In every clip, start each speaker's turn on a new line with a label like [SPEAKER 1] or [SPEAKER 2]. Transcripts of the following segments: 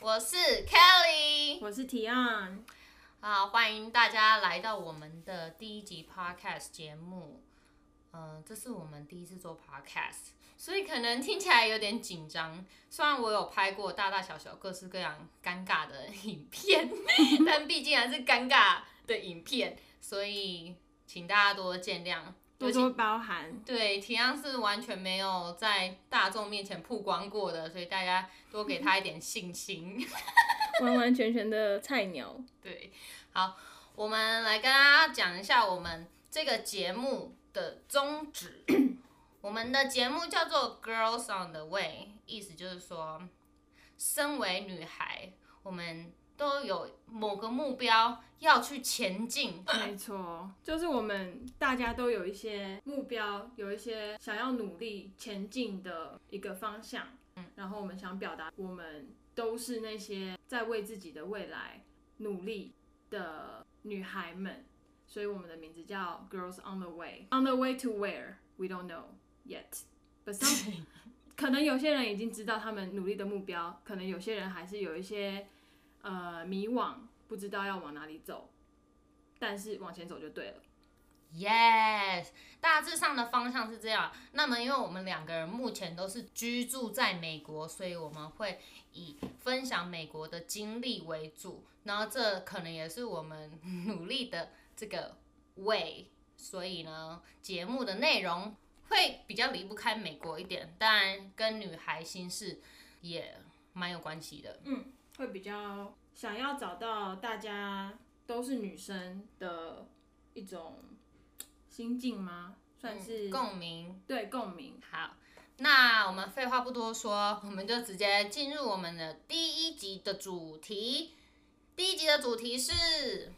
[SPEAKER 1] 我是 Kelly，
[SPEAKER 2] 我是 Tion，
[SPEAKER 1] 啊，欢迎大家来到我们的第一集 Podcast 节目。嗯、这是我们第一次做 Podcast，所以可能听起来有点紧张。虽然我有拍过大大小小各式各样尴尬的影 片，但毕竟还是尴尬的影片，所以请大家多见谅。
[SPEAKER 2] 多多包涵。
[SPEAKER 1] 对，提样是完全没有在大众面前曝光过的，所以大家多给他一点信心。
[SPEAKER 2] 完完全全的菜鸟。
[SPEAKER 1] 对，好，我们来跟大家讲一下我们这个节目的宗旨。 我们的节目叫做《Girls on the Way》，意思就是说，身为女孩，我们都有某个目标要去前进。
[SPEAKER 2] 没错，就是我们大家都有一些目标，有一些想要努力前进的一个方向。嗯，然后我们想表达，我们都是那些在为自己的未来努力的女孩们，所以我们的名字叫 Girls on the Way。On the way to where we don't know yet, but some 可能有些人已经知道他们努力的目标，可能有些人还是有一些呃迷惘，不知道要往哪里走。但是往前走就对了。
[SPEAKER 1] Yes，大致上的方向是这样。那么，因为我们两个人目前都是居住在美国，所以我们会以分享美国的经历为主。然后，这可能也是我们 努力的这个 way。所以呢，节目的内容会比较离不开美国一点，当然跟女孩心事也蛮有关系的。
[SPEAKER 2] 嗯，会比较想要找到大家都是女生的一种心境吗？算是、
[SPEAKER 1] 嗯共鸣。
[SPEAKER 2] 对共鸣。
[SPEAKER 1] 好，那我们废话不多说，我们就直接进入我们的第一集的主题。第一集的主题是，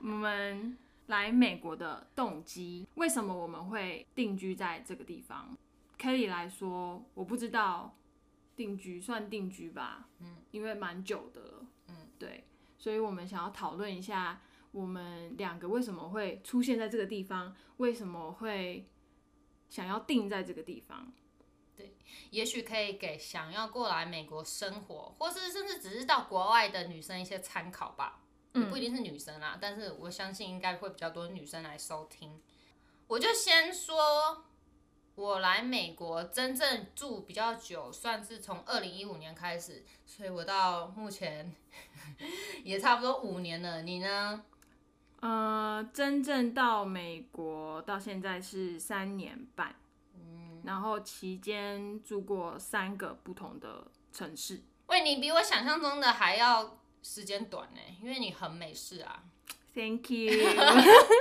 [SPEAKER 2] 我们来美国的动机，为什么我们会定居在这个地方？Kelly 来说，我不知道定居算定居吧，嗯，因为蛮久的了，嗯，对，所以我们想要讨论一下，我们两个为什么会出现在这个地方，为什么会想要定在这个地方？
[SPEAKER 1] 也许可以给想要过来美国生活，或是甚至只是到国外的女生一些参考吧。
[SPEAKER 2] 嗯
[SPEAKER 1] 也不一定是女生啦，但是我相信应该会比较多女生来收听。我就先说，我来美国真正住比较久，算是从二零一五年开始，所以我到目前 也差不多五年了。你呢？
[SPEAKER 2] 呃，真正到美国到现在是三年半，嗯，然后期间住过三个不同的城市。
[SPEAKER 1] 喂，你比我想象中的还要时间短呢、因为你很美式啊，
[SPEAKER 2] Thank you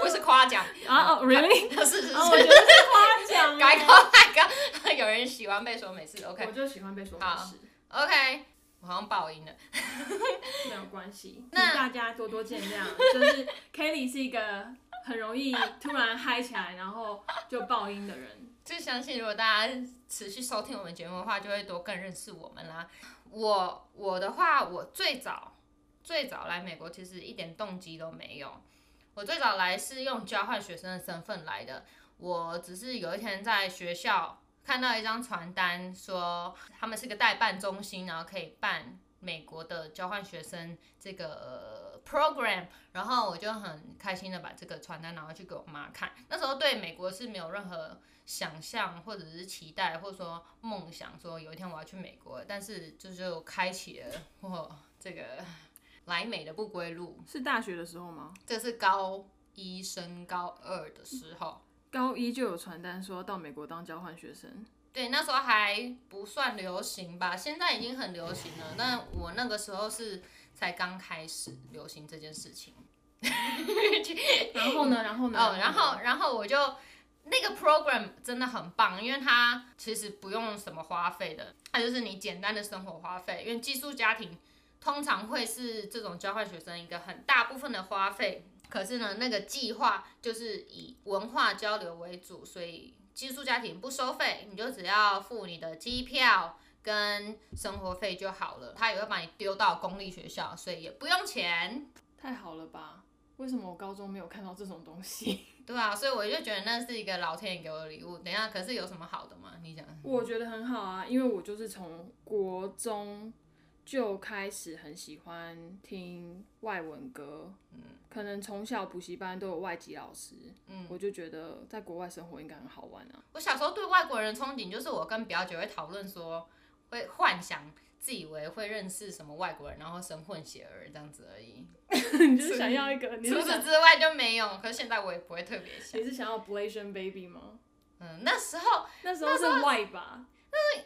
[SPEAKER 1] 不是夸奖，
[SPEAKER 2] 啊、哦 r e a l l y
[SPEAKER 1] 是是是，
[SPEAKER 2] 哦，我觉得是夸奖
[SPEAKER 1] 改
[SPEAKER 2] 欸
[SPEAKER 1] 口，改口， 有人喜欢被说美式
[SPEAKER 2] 我
[SPEAKER 1] ，OK
[SPEAKER 2] 就喜欢被说美
[SPEAKER 1] 好
[SPEAKER 2] 式，
[SPEAKER 1] OK，我好像爆音了。
[SPEAKER 2] 没有关系，请
[SPEAKER 1] 那
[SPEAKER 2] 大家多多见谅。 就是 Kelly 是一个很容易突然嗨起来，然后就爆音的人。
[SPEAKER 1] 就相信如果大家持续收听我们节目的话，就会多更认识我们啦。我我的话，我最早最早来美国，其实一点动机都没有。我最早来是用交换学生的身份来的。我只是有一天在学校看到一张传单，说他们是个代办中心，然后可以办美国的交换学生这个呃 program，然后我就很开心的把这个传单拿回去给我妈看。那时候对美国是没有任何想象或者是期待，或者说梦想，说有一天我要去美国，但是这就开启了我这个来美的不归路。
[SPEAKER 2] 是大学的时候吗？
[SPEAKER 1] 这是高一升高二的时候，
[SPEAKER 2] 高一就有传单说到美国当交换学 生，
[SPEAKER 1] 对，那时候还不算流行吧，现在已经很流行了。那我那个时候是才刚开始流行这件事情。
[SPEAKER 2] 然后呢，然后呢，
[SPEAKER 1] 哦，然后然后我就那个 program 真的很棒，因为它其实不用什么花费的，它就是你简单的生活花费。因为寄宿家庭通常会是这种交换学生一个很大部分的花费，可是呢，那个计划就是以文化交流为主，所以寄宿家庭不收费，你就只要付你的机票。跟生活费就好了，他也会把你丢到公立学校，所以也不用钱。
[SPEAKER 2] 太好了吧？为什么我高中没有看到这种东 西？
[SPEAKER 1] 对啊，所以我就觉得那是一个老天爷给我的礼物。等一下，可是有什么好的吗？你讲。
[SPEAKER 2] 我觉得很好啊，因为我就是从国中就开始很喜欢听外文歌，嗯，可能从小补习班都有外籍老师，嗯，我就觉得在国外生活应该很好玩 啊。
[SPEAKER 1] 我小时候对外国人的憧憬，就是我跟表姐会讨论说，会幻想自以为会认识什么外国人，然后生混血儿这样子而已。
[SPEAKER 2] 你就是想要一个，你
[SPEAKER 1] 除
[SPEAKER 2] 是
[SPEAKER 1] 此
[SPEAKER 2] 想
[SPEAKER 1] 之外就没有。可是现在我也不会特别想。
[SPEAKER 2] 你是想要 Blasian Baby 吗？
[SPEAKER 1] 嗯，那时候
[SPEAKER 2] 那时候是外吧，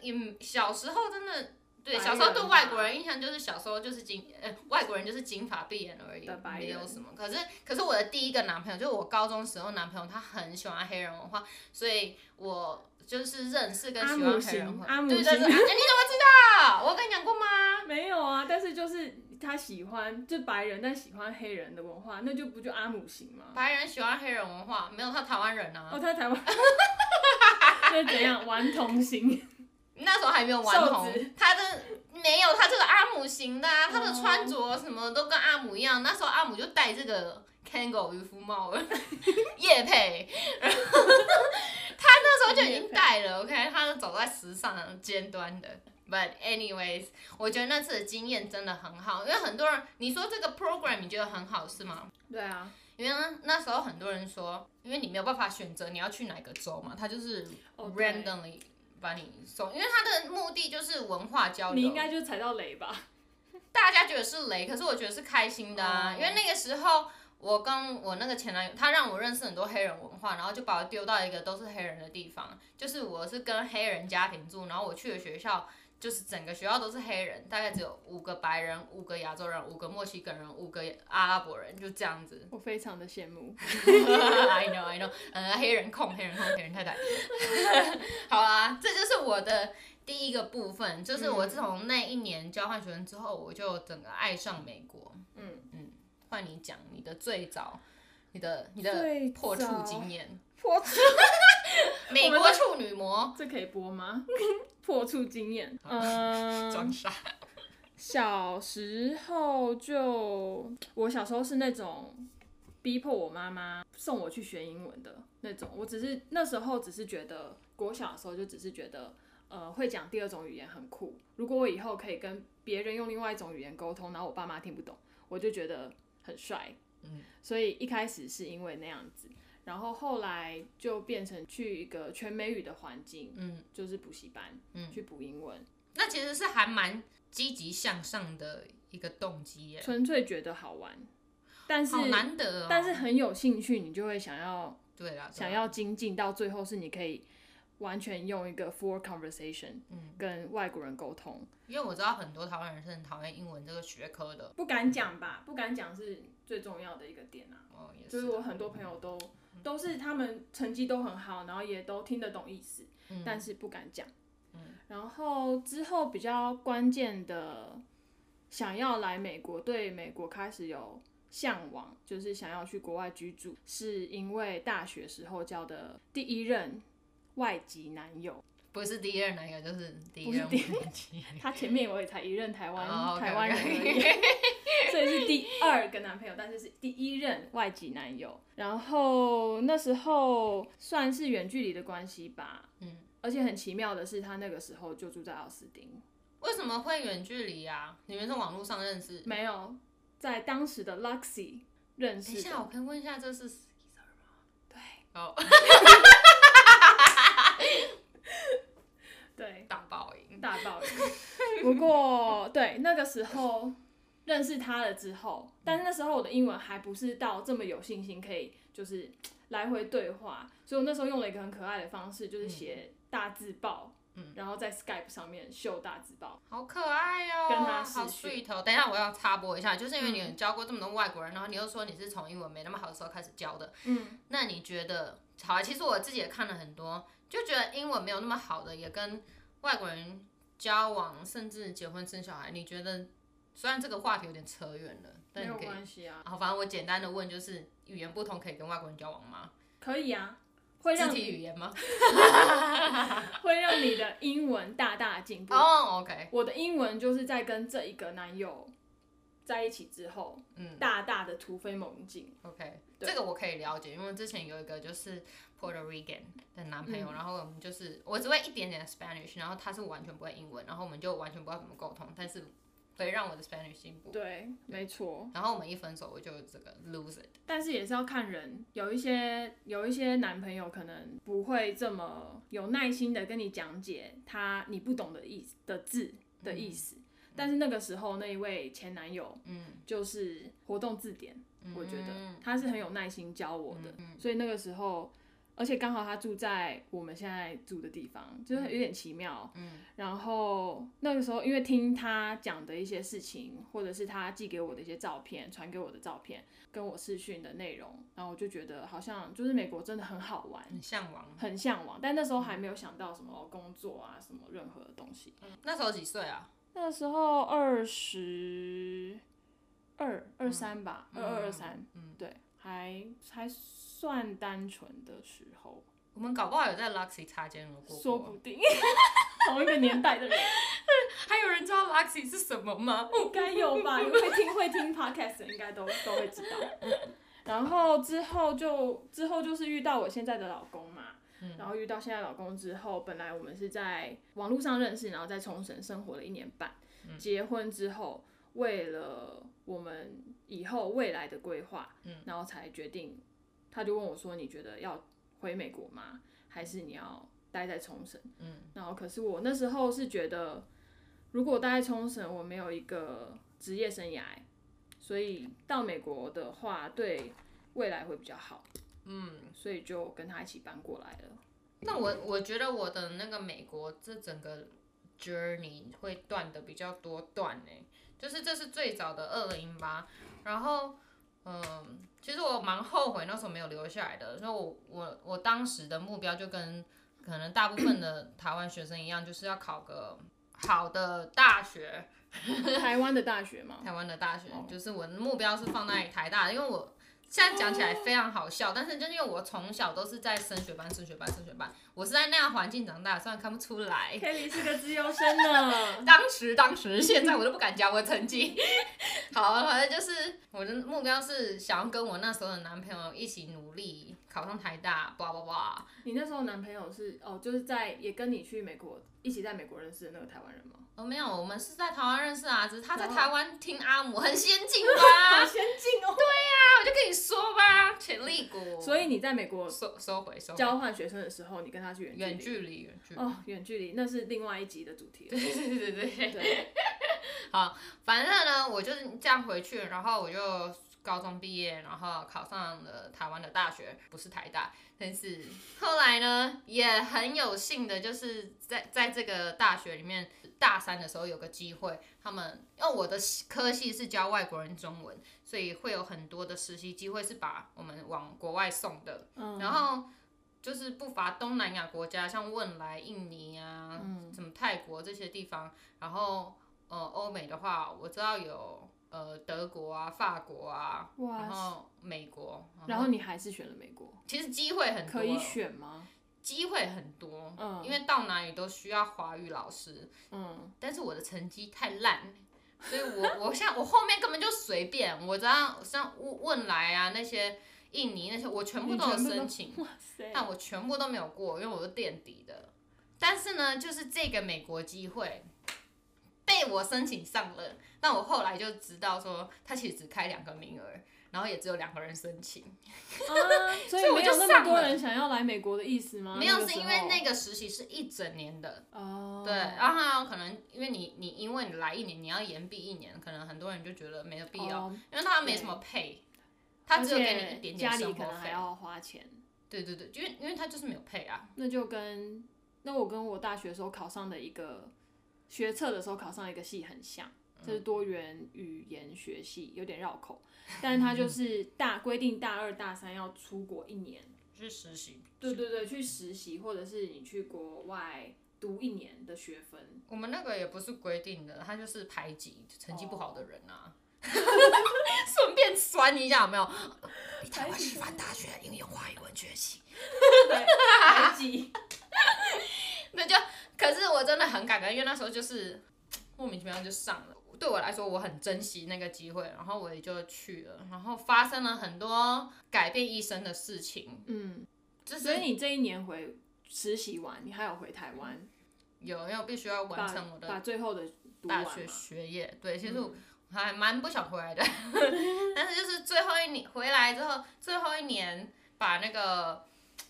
[SPEAKER 1] 嗯，小时候真的对
[SPEAKER 2] 白
[SPEAKER 1] 小时候
[SPEAKER 2] 人
[SPEAKER 1] 对
[SPEAKER 2] 吧
[SPEAKER 1] 外国人印象就是小时候就是金呃外国人就是金发碧眼而已
[SPEAKER 2] 的，白
[SPEAKER 1] 没有
[SPEAKER 2] 人
[SPEAKER 1] 什么。可是可是我的第一个男朋友就是我高中时候男朋友，他很喜欢黑人文化，所以我就是认识跟
[SPEAKER 2] 阿
[SPEAKER 1] 喜
[SPEAKER 2] 姆
[SPEAKER 1] 欢黑
[SPEAKER 2] 型
[SPEAKER 1] 人文
[SPEAKER 2] 阿
[SPEAKER 1] 化。
[SPEAKER 2] 姆
[SPEAKER 1] 对对对，哎、
[SPEAKER 2] 型
[SPEAKER 1] 你怎么知道？我跟你讲过吗？
[SPEAKER 2] 没有啊，但是就是他喜欢就白人，但喜欢黑人的文化，那就不就阿姆型吗？
[SPEAKER 1] 白人喜欢黑人文化，没有他台湾人啊。
[SPEAKER 2] 哦，他台湾， 那怎样顽童型？
[SPEAKER 1] 那时候还没有顽
[SPEAKER 2] 瘦子
[SPEAKER 1] 童，他的没有，他就是阿姆型的啊，他的
[SPEAKER 2] 哦
[SPEAKER 1] 穿着什么都跟阿姆一样。那时候阿姆就戴这个 Kango 渔夫帽了， 叶佩，然后他那时候就已经戴了，OK，他是走在时尚尖端的。But anyways，我觉得那次的经验真的很好，因为很多人你说这个 program 你觉得很好是吗？
[SPEAKER 2] 对啊，
[SPEAKER 1] 因为那那时候很多人说，因为你没有办法选择你要去哪个州嘛，他就是
[SPEAKER 2] 哦
[SPEAKER 1] randomly 把你送，因为他的目的就是文化交流。
[SPEAKER 2] 你应该就踩到雷吧？
[SPEAKER 1] 大家觉得是雷，可是我觉得是开心的啊，
[SPEAKER 2] 哦
[SPEAKER 1] 因为那个时候我跟我那个前男友，他让我认识很多黑人文化，然后就把我丢到一个都是黑人的地方，就是我是跟黑人家庭住，然后我去的学校。就是整个学校都是黑人，大概只有五个白人、五个亚洲人、五个墨西哥人、五个阿拉伯人，就这样子。
[SPEAKER 2] 我非常的羡慕。
[SPEAKER 1] I know, I know，呃，黑人控，黑人控，黑人太太。 好啦，这就是我的第一个部分，就是
[SPEAKER 2] 嗯
[SPEAKER 1] 我自从那一年交换学生之后，我就整个爱上美国。
[SPEAKER 2] 嗯
[SPEAKER 1] 嗯，换你讲你的最早，你的你的
[SPEAKER 2] 最
[SPEAKER 1] 破处
[SPEAKER 2] 早
[SPEAKER 1] 经验，
[SPEAKER 2] 破处，
[SPEAKER 1] 美国处女膜，
[SPEAKER 2] 这可以播吗？ 破处经验， 嗯、
[SPEAKER 1] 装傻。
[SPEAKER 2] 小时候就，我小时候是那种逼迫我妈妈送我去学英文的那种。我只是那时候只是觉得，国小的时候就只是觉得，呃，会讲第二种语言很酷。如果我以后可以跟别人用另外一种语言沟通，然后我爸妈听不懂，我就觉得很帅。
[SPEAKER 1] 嗯，
[SPEAKER 2] 所以一开始是因为那样子，然后后来就变成去一个全美语的环境，
[SPEAKER 1] 嗯，
[SPEAKER 2] 就是补习班，
[SPEAKER 1] 嗯
[SPEAKER 2] 去补英文。
[SPEAKER 1] 那其实是还蛮积极向上的一个动机耶，
[SPEAKER 2] 纯粹觉得好玩，但是、
[SPEAKER 1] 好难得哦。
[SPEAKER 2] 但是很有兴趣，你就会想要
[SPEAKER 1] 对啦，对啦啊
[SPEAKER 2] 想要精进到最后，是你可以完全用一个 full conversation，
[SPEAKER 1] 嗯
[SPEAKER 2] 跟外国人沟通。
[SPEAKER 1] 因为我知道很多台湾人是很讨厌英文这个学科的。
[SPEAKER 2] 不敢讲吧，不敢讲是最重要的一个点啊。
[SPEAKER 1] 哦，也
[SPEAKER 2] 就是是我很多朋友都都是他们成绩都很好，然后也都听得懂意思，
[SPEAKER 1] 嗯
[SPEAKER 2] 但是不敢讲。然后之后比较关键的，想要来美国，对美国开始有向往，就是想要去国外居住，是因为大学时候交的第一任外籍男友，
[SPEAKER 1] 不是第一任男友，就是第一
[SPEAKER 2] 不是
[SPEAKER 1] 任
[SPEAKER 2] 第
[SPEAKER 1] 忘记了
[SPEAKER 2] 他前面我也才一任台湾、
[SPEAKER 1] 哦，OK，OK
[SPEAKER 2] 台湾人而已，所以是第二个男朋友，但是是第一任外籍男友。然后那时候算是远距离的关系吧，
[SPEAKER 1] 嗯，
[SPEAKER 2] 而且很奇妙的是，他那个时候就住在奥斯汀，
[SPEAKER 1] 为什么会远距离啊？你们是网络上认识？
[SPEAKER 2] 没有在当时的 Luxy 认
[SPEAKER 1] 等一
[SPEAKER 2] 识
[SPEAKER 1] 下，哦
[SPEAKER 2] 的，
[SPEAKER 1] 我可以问一下，这是
[SPEAKER 2] 对
[SPEAKER 1] 哦，
[SPEAKER 2] 对，
[SPEAKER 1] 大报应。
[SPEAKER 2] 大爆 音。不过对那个时候认识他了之后，但是那时候我的英文还不是到这么有信心可以就是来回对话，所以我那时候用了一个很可爱的方式，就是写大字报，
[SPEAKER 1] 嗯
[SPEAKER 2] 然后在 Skype 上面秀大字报。
[SPEAKER 1] 好可爱哦、
[SPEAKER 2] 跟他
[SPEAKER 1] 好
[SPEAKER 2] 视讯
[SPEAKER 1] sweet 哦、等一下，我要插播一下，就是因为你有教过这么多外国人，然后你又说你是从英文没那么好的时候开始教的，
[SPEAKER 2] 嗯，
[SPEAKER 1] 那你觉得？好啊，其实我自己也看了很多，就觉得英文没有那么好的，也跟外国人交往，甚至结婚生小孩。你觉得？虽然这个话题有点扯远了，
[SPEAKER 2] 没
[SPEAKER 1] 但
[SPEAKER 2] 有
[SPEAKER 1] 你给
[SPEAKER 2] 关系啊，
[SPEAKER 1] 好，反正我简单的问就是，语言不同可以跟外国人交往吗？
[SPEAKER 2] 可以啊，会
[SPEAKER 1] 肢
[SPEAKER 2] 让
[SPEAKER 1] 体语
[SPEAKER 2] 你
[SPEAKER 1] 言吗？
[SPEAKER 2] 会让你的英文大大进步。
[SPEAKER 1] 哦、o k
[SPEAKER 2] 我的英文就是在跟这一个男友在一起之后，
[SPEAKER 1] 嗯
[SPEAKER 2] 大大的突飞猛进。
[SPEAKER 1] ，OK，
[SPEAKER 2] 对
[SPEAKER 1] 这个我可以了解，因为之前有一个就是 Puerto Rican 的男朋
[SPEAKER 2] 嗯
[SPEAKER 1] 友，然后我们就是我只会一点点 Spanish，然后他是完全不会英文，然后我们就完全不知道怎么沟通，但是可以让我的 Spanish 进步。
[SPEAKER 2] 对，没错。
[SPEAKER 1] 然后我们一分手，我就这个 lose it。
[SPEAKER 2] 但是也是要看人，有一些有一些男朋友可能不会这么有耐心的跟你讲解他你不懂的意思的字的意思。但是那个时候那一位前男友，
[SPEAKER 1] 嗯，
[SPEAKER 2] 就是活动字典，我觉得他是很有耐心教我的，
[SPEAKER 1] 嗯
[SPEAKER 2] 所以那个时候。而且刚好他住在我们现在住的地方，就是有点奇妙。
[SPEAKER 1] 嗯，
[SPEAKER 2] 然后那个时候，因为听他讲的一些事情，或者是他寄给我的一些照片、传给我的照片，跟我视讯的内容，然后我就觉得好像就是美国真的很好玩，
[SPEAKER 1] 很嗯向往。
[SPEAKER 2] 很向往。但那时候还没有想到什么工作啊，什么任何的东西。
[SPEAKER 1] 那时候几岁啊？
[SPEAKER 2] 那时候二十二二三吧，二二二三，
[SPEAKER 1] 嗯，
[SPEAKER 2] 对，还还算单纯的时候，
[SPEAKER 1] 我们搞不好有在 Luxy 擦肩而过
[SPEAKER 2] 说
[SPEAKER 1] 过
[SPEAKER 2] 不定 同一个年代的人
[SPEAKER 1] 还有人知道 Luxy 是什么吗？
[SPEAKER 2] 应该有吧，有会听会听 podcast 的应该都都会知道。然后之后就之后就是遇到我现在的老公嘛，然后遇到现在老公之后，本来我们是在网络上认识，然后在冲绳生活了一年半，结婚之后，为了我们以后未来的规划，然后才决定，他就问我说：“你觉得要回美国吗？还是你要待在冲绳？”
[SPEAKER 1] 嗯，
[SPEAKER 2] 然后可是我那时候是觉得，如果待在冲绳，我没有一个职业生涯，所以到美国的话，对未来会比较好。嗯，所以就跟他一起搬过来了。
[SPEAKER 1] 那我我觉得我的那个美国这整个 journey 会断的比较多段呢、就是这是最早的二零零八，然后嗯，其实我蛮后悔那时候没有留下来的，所以我我我当时的目标就跟可能大部分的台湾学生一样，就是要考个好的大学，
[SPEAKER 2] 台湾的大学吗？
[SPEAKER 1] 台湾的大学，
[SPEAKER 2] 哦
[SPEAKER 1] 就是我的目标是放在台大，因为我现在讲起来非常好笑，但是就是因为我从小都是在升学班、升学班、升学班，我是在那样环境长大，虽然看不出来。
[SPEAKER 2] Kelly 是个自由生呢。
[SPEAKER 1] 当时，当时，现在我都不敢讲我成绩。 好，反正就是我的目标是想要跟我那时候的男朋友一起努力考上台大，叭叭叭。
[SPEAKER 2] 你那时候男朋友是哦，就是在也跟你去美国一起在美国认识的那个台湾人吗？
[SPEAKER 1] 哦，没有，我们是在台湾认识啊，只是他在
[SPEAKER 2] 然后
[SPEAKER 1] 台湾听阿姆很先进吧？
[SPEAKER 2] 先进哦。
[SPEAKER 1] 那我就跟你说吧，潜力股。
[SPEAKER 2] 所以你在美国
[SPEAKER 1] 收收回收回。
[SPEAKER 2] 交换学生的时候，你跟他去远
[SPEAKER 1] 远
[SPEAKER 2] 距
[SPEAKER 1] 距离，远距
[SPEAKER 2] 离
[SPEAKER 1] 离。
[SPEAKER 2] 哦，远距离那是另外一集的主题了。
[SPEAKER 1] 对对对对对，
[SPEAKER 2] 对，
[SPEAKER 1] 反正呢，我就是这样回去，然后我就高中毕业，然后考上了台湾的大学，不是台大，但是后来呢，也很有幸的，就是在在这个大学里面，大三的时候有个机会，他们因为我的科系是教外国人中文，所以会有很多的实习机会是把我们往国外送的，
[SPEAKER 2] 嗯，
[SPEAKER 1] 然后就是不乏东南亚国家，像汶莱、印尼啊，
[SPEAKER 2] 嗯
[SPEAKER 1] 什么泰国这些地方。然后呃，欧美的话，我知道有呃德国啊、法国啊，
[SPEAKER 2] 哇
[SPEAKER 1] 然后美国。
[SPEAKER 2] 然后你还是选了美国，
[SPEAKER 1] 其实机会很多，
[SPEAKER 2] 可以选吗？
[SPEAKER 1] 机会很多，
[SPEAKER 2] 嗯
[SPEAKER 1] 因为到哪里都需要华语老师。
[SPEAKER 2] 嗯，
[SPEAKER 1] 但是我的成绩太烂，所以我 我像我后面根本就随便，我只要像汶汶莱啊那些印尼那些，我全部
[SPEAKER 2] 你
[SPEAKER 1] 都有
[SPEAKER 2] 全部都
[SPEAKER 1] 申请。
[SPEAKER 2] 哇 塞，
[SPEAKER 1] 但我全部都没有过，因为我是垫底的。但是呢，就是这个美国机会被我申请上了，但我后来就知道说，他其实只开两个名额，然后也只有两个人申请。
[SPEAKER 2] 啊，所以
[SPEAKER 1] 所以我
[SPEAKER 2] 没
[SPEAKER 1] 就
[SPEAKER 2] 有那么
[SPEAKER 1] 上
[SPEAKER 2] 多
[SPEAKER 1] 了
[SPEAKER 2] 人想要来美国的意思吗？
[SPEAKER 1] 没有，
[SPEAKER 2] 啊个
[SPEAKER 1] 是
[SPEAKER 2] 时
[SPEAKER 1] 因为
[SPEAKER 2] 候
[SPEAKER 1] 那个实习是一整年的，
[SPEAKER 2] 哦，
[SPEAKER 1] 对。然后可能因为你你因为你来一年，你要延毕一年，可能很多人就觉得没有必要，
[SPEAKER 2] 哦
[SPEAKER 1] 因为他没什么配，他只有给你一点点
[SPEAKER 2] 而且家
[SPEAKER 1] 生
[SPEAKER 2] 里可
[SPEAKER 1] 活
[SPEAKER 2] 能还
[SPEAKER 1] 费。
[SPEAKER 2] 要花钱，
[SPEAKER 1] 对对对，因为因为他就是没有配啊。
[SPEAKER 2] 那就跟那我跟我大学时候考上的一个学测的时候考上一个系很像，
[SPEAKER 1] 嗯
[SPEAKER 2] 就是多元语言学系，有点绕口，但 是它就是大规定大二大三要出国一年，
[SPEAKER 1] 就是实习，
[SPEAKER 2] 对对对，去实习或者是你去国外读一年的学分，
[SPEAKER 1] 我们那个也不是规定的，他就是排挤成绩不好的人啊。 顺便酸一下，有没有？台湾师范大学应用华语文学系。
[SPEAKER 2] 对，排挤，
[SPEAKER 1] 那就，可是我真的很感慨，因为那时候就是莫名其妙就上了。对我来说，我很珍惜那个机会，然后我也就去了，然后发生了很多改变一生的事情。
[SPEAKER 2] 嗯，
[SPEAKER 1] 就
[SPEAKER 2] 所以
[SPEAKER 1] 是
[SPEAKER 2] 你这一年回实习完，你还有回台湾
[SPEAKER 1] 有，因为我必须要嗯完成我的
[SPEAKER 2] 把最后的读
[SPEAKER 1] 大
[SPEAKER 2] 完
[SPEAKER 1] 学
[SPEAKER 2] 嘛嗯
[SPEAKER 1] 学业。对，其实我还蛮不想回来的， 但是就是最后一年回来之后，最后一年把那个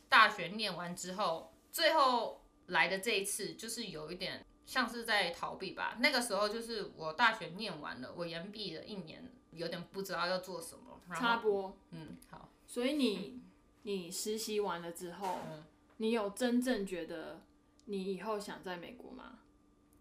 [SPEAKER 1] 大学念完之后，最后来的这一次就是有一点像是在逃避吧。那个时候就是我大学念完了，我延毕了一年，有点不知道要做什么。然
[SPEAKER 2] 插
[SPEAKER 1] 后，
[SPEAKER 2] 播。
[SPEAKER 1] 嗯，好，
[SPEAKER 2] 所以你你实习完了之后，
[SPEAKER 1] 嗯
[SPEAKER 2] 你有真正觉得你以后想在美国吗？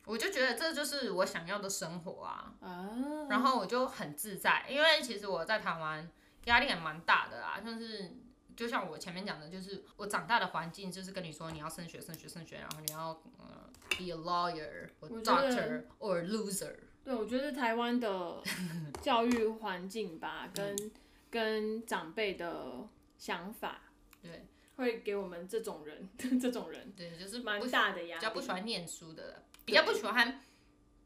[SPEAKER 1] 我就觉得这就是我想要的生活啊。
[SPEAKER 2] 啊，
[SPEAKER 1] 然后我就很自在，因为其实我在台湾压力也蛮大的啦，就是就像我前面讲的，就是我长大的环境就是跟你说你要升学、升学、升学，然后你要呃 be a lawyer 或
[SPEAKER 2] 我觉得
[SPEAKER 1] doctor or loser，
[SPEAKER 2] 对，我觉得台湾的 教育环境吧，
[SPEAKER 1] 嗯
[SPEAKER 2] 跟、跟长辈的想法，
[SPEAKER 1] 对，
[SPEAKER 2] 会给我们这种人 这种人
[SPEAKER 1] 对，就是
[SPEAKER 2] 蛮
[SPEAKER 1] 不
[SPEAKER 2] 大的压
[SPEAKER 1] 比
[SPEAKER 2] 力，
[SPEAKER 1] 较不喜欢念书的，比较不喜欢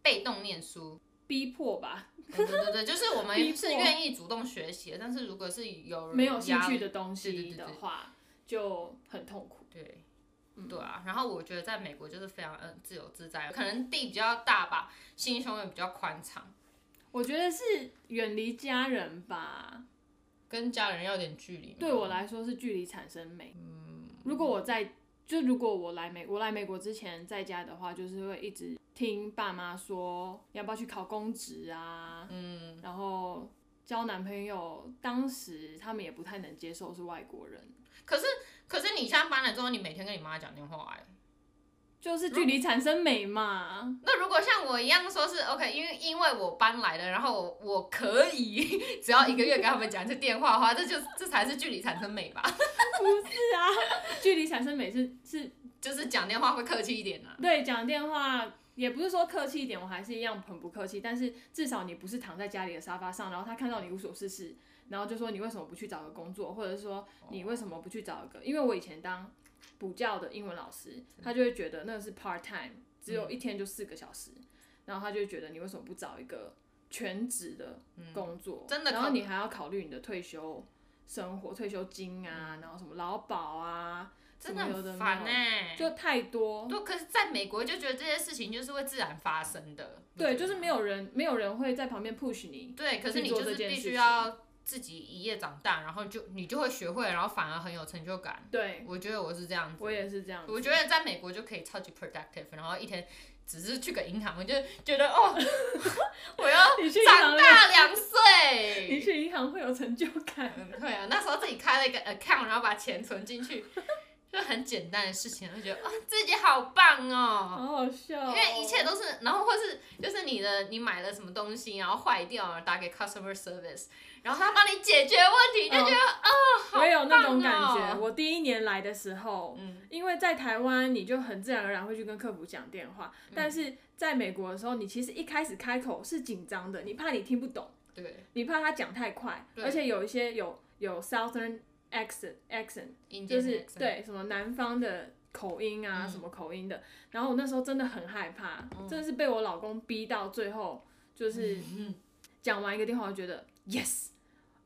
[SPEAKER 1] 被动念书。
[SPEAKER 2] 逼迫吧，
[SPEAKER 1] 对对对对，就是我
[SPEAKER 2] 逼
[SPEAKER 1] 们是
[SPEAKER 2] 迫
[SPEAKER 1] 愿意主动学习的，但是如果是有
[SPEAKER 2] 没有兴
[SPEAKER 1] 压
[SPEAKER 2] 趣
[SPEAKER 1] 力
[SPEAKER 2] 的东
[SPEAKER 1] 对
[SPEAKER 2] 西
[SPEAKER 1] 对对
[SPEAKER 2] 的
[SPEAKER 1] 对
[SPEAKER 2] 话，就很痛苦。嗯
[SPEAKER 1] 对，对啊。然后我觉得在美国就是非常嗯自由自在，可能地比较大吧，心胸也比较宽敞，
[SPEAKER 2] 我觉得是远离家人吧，
[SPEAKER 1] 跟家人要点距离嘛。
[SPEAKER 2] 对我来说是距离产生美。如果我在就如果我来美我来美国之前在家的话，就是会一直听爸妈说要不要去考公职啊，嗯，然后交男朋友，当时他们也不太能接受是外国人，
[SPEAKER 1] 可是你现在搬了之后，你每天跟你妈讲电话、哎，
[SPEAKER 2] 就是距离产生美 嘛。
[SPEAKER 1] 那如果像我一样说是 OK，因为因为我搬来了，然后我我可以 只要一个月跟他们讲一次电话的话，这就这才是距离产生美吧，
[SPEAKER 2] 是啊， 距离产生美是是
[SPEAKER 1] 就是讲电话会客气一点啊啦、
[SPEAKER 2] 对讲电话。也不是说客气一点，我还是一样很不客气，但是至少你不是躺在家里的沙发上，然后他看到你无所事事，然后就说你为什么不去找个工作，或者说你为什么不去找一个？因为我以前当补教的英文老师，他就会觉得那个是 part time，
[SPEAKER 1] 嗯
[SPEAKER 2] 只有一天就四个小时，然后他就会觉得你为什么不找一个全职的
[SPEAKER 1] 嗯
[SPEAKER 2] 工作？
[SPEAKER 1] 真的
[SPEAKER 2] 然后
[SPEAKER 1] 考
[SPEAKER 2] 你还要考虑你的退休生活、退休金啊，然后什么劳保啊，
[SPEAKER 1] 真的
[SPEAKER 2] 什么有的
[SPEAKER 1] 很
[SPEAKER 2] 没
[SPEAKER 1] 烦
[SPEAKER 2] 有
[SPEAKER 1] 哎、
[SPEAKER 2] 就太多。
[SPEAKER 1] 对，可是在美国就觉得这些事情就是会自然发生的。你
[SPEAKER 2] 对，
[SPEAKER 1] 觉得
[SPEAKER 2] 就是
[SPEAKER 1] 吗
[SPEAKER 2] 没有人，没有人会在旁边 push 你。
[SPEAKER 1] 对，可是
[SPEAKER 2] 去
[SPEAKER 1] 你
[SPEAKER 2] 做
[SPEAKER 1] 就
[SPEAKER 2] 这
[SPEAKER 1] 是
[SPEAKER 2] 件
[SPEAKER 1] 必
[SPEAKER 2] 事
[SPEAKER 1] 须
[SPEAKER 2] 情
[SPEAKER 1] 要自己一夜长大，然后就你就会学会，然后反而很有成就感。
[SPEAKER 2] 对，
[SPEAKER 1] 我觉得我是这样子，
[SPEAKER 2] 我也是这样子。
[SPEAKER 1] 我觉得在美国就可以超级 productive，然后一天只是去个银行，我就觉得哦， 我要
[SPEAKER 2] 你去银
[SPEAKER 1] 长
[SPEAKER 2] 行会，
[SPEAKER 1] 大两
[SPEAKER 2] 你
[SPEAKER 1] 岁。
[SPEAKER 2] 去银行会有成就感。
[SPEAKER 1] 嗯对啊，那时候自己开了一个 account，然后把钱存进去，就很简单的事情，就觉得哦自己好棒哦。
[SPEAKER 2] 好好笑、
[SPEAKER 1] 因为一切都是，然后或是就是你的你买了什么东西，然后坏掉了，打给 customer service，然后他帮你解决问题，就觉得哦
[SPEAKER 2] 我也有那种感
[SPEAKER 1] 棒
[SPEAKER 2] 觉。
[SPEAKER 1] 哦
[SPEAKER 2] 我第一年来的时候，
[SPEAKER 1] 嗯
[SPEAKER 2] 因为在台湾你就很自然而然会去跟客服讲电话，
[SPEAKER 1] 嗯
[SPEAKER 2] 但是在美国的时候，你其实一开始开口是紧张的，你怕你听不懂，
[SPEAKER 1] 对
[SPEAKER 2] 你怕他讲太快，
[SPEAKER 1] 对
[SPEAKER 2] 而且有一些有有 Southern accent accent，
[SPEAKER 1] ，Indian accent，
[SPEAKER 2] 就是对什么南方的。口音啊，
[SPEAKER 1] 嗯
[SPEAKER 2] 什么口音的，然后我那时候真的很害怕，真的是被我老公逼到最后，
[SPEAKER 1] 嗯
[SPEAKER 2] 就是讲完一个电话，我就觉得 yes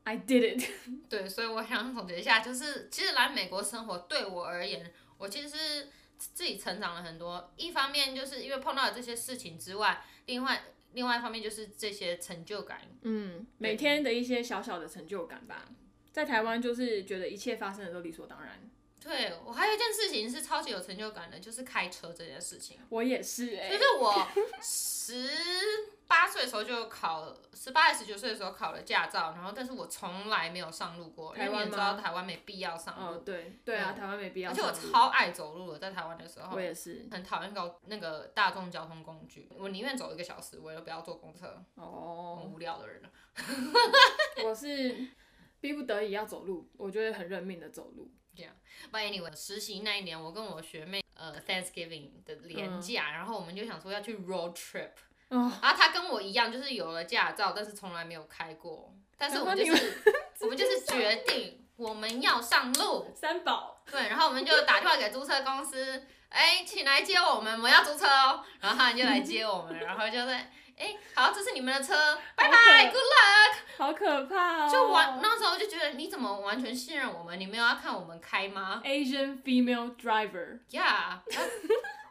[SPEAKER 2] I did it，
[SPEAKER 1] 对，所以我想总结一下，就是其实来美国生活对我而言，我其实是自己成长了很多。一方面就是因为碰到了这些事情之外，另外另外一方面就是这些成就感，
[SPEAKER 2] 嗯，每
[SPEAKER 1] 对
[SPEAKER 2] 天的一些小小的成就感吧。在台湾就是觉得一切发生的都理所当然，
[SPEAKER 1] 对我还有一件事情是超级有成就感的，就是开车这件事情。
[SPEAKER 2] 我也是哎、
[SPEAKER 1] 就是我十八岁的时候就考了，十八还十九岁的时候考了驾照，然后但是我从来没有上路过，因
[SPEAKER 2] 台
[SPEAKER 1] 为你
[SPEAKER 2] 湾
[SPEAKER 1] 也知
[SPEAKER 2] 吗
[SPEAKER 1] 道台湾没必要上
[SPEAKER 2] 哦
[SPEAKER 1] 路，，
[SPEAKER 2] 对对
[SPEAKER 1] 嗯
[SPEAKER 2] 啊，台湾没必要
[SPEAKER 1] 而且我
[SPEAKER 2] 上路。
[SPEAKER 1] 超爱走路的，在台湾的时候
[SPEAKER 2] 我。也是
[SPEAKER 1] 很讨厌搞那个大众交通工具，我宁愿走一个小时，我也不要坐公车，很
[SPEAKER 2] 哦，
[SPEAKER 1] 无聊的人啊了。
[SPEAKER 2] 我是逼不得已要走路，我就会很认命的走路。
[SPEAKER 1] But anyway，实习那一年，我跟我学妹呃 Thanksgiving 的年假，然后我们就想说要去 road trip，
[SPEAKER 2] 嗯哦，
[SPEAKER 1] 然后他跟我一样，就是有了驾照，但是从来没有开过。但是我们
[SPEAKER 2] 然
[SPEAKER 1] 就
[SPEAKER 2] 后你
[SPEAKER 1] 是，我们就是决定我们要上路，
[SPEAKER 2] 三宝，
[SPEAKER 1] 对，然后我们就打电话给租车公司，哎、请来接我们，我要租车哦。然后他们就来接我们，然后就在，哎、好，这是你们的车，拜拜，good luck。
[SPEAKER 2] 好可怕哦！
[SPEAKER 1] 就完，那时候就觉得你怎么完全信任我们？你没有要看我们开吗
[SPEAKER 2] Asian female driver，
[SPEAKER 1] ？Yeah, that's,